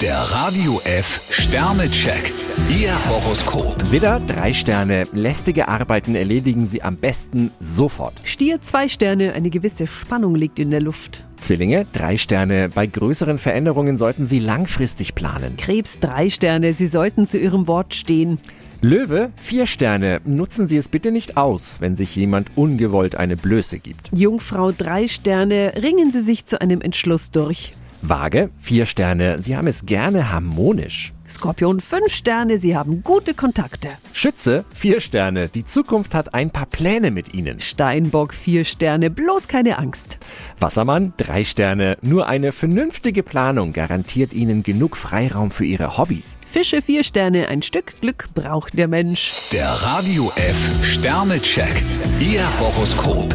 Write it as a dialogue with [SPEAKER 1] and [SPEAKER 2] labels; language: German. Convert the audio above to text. [SPEAKER 1] Der Radio F Sternecheck. Ihr Horoskop.
[SPEAKER 2] Widder, drei Sterne. Lästige Arbeiten erledigen Sie am besten sofort.
[SPEAKER 3] Stier zwei Sterne, eine gewisse Spannung liegt in der Luft.
[SPEAKER 2] Zwillinge, drei Sterne. Bei größeren Veränderungen sollten Sie langfristig planen.
[SPEAKER 3] Krebs drei Sterne, Sie sollten zu Ihrem Wort stehen.
[SPEAKER 2] Löwe, vier Sterne. Nutzen Sie es bitte nicht aus, wenn sich jemand ungewollt eine Blöße gibt.
[SPEAKER 3] Jungfrau drei Sterne, ringen Sie sich zu einem Entschluss durch.
[SPEAKER 2] Waage, vier Sterne. Sie haben es gerne harmonisch.
[SPEAKER 3] Skorpion fünf Sterne, Sie haben gute Kontakte.
[SPEAKER 2] Schütze, vier Sterne. Die Zukunft hat ein paar Pläne mit Ihnen.
[SPEAKER 3] Steinbock vier Sterne, bloß keine Angst.
[SPEAKER 2] Wassermann, drei Sterne. Nur eine vernünftige Planung garantiert Ihnen genug Freiraum für Ihre Hobbys.
[SPEAKER 3] Fische vier Sterne, ein Stück Glück braucht der Mensch.
[SPEAKER 1] Der Radio F Sternecheck. Ihr Horoskop.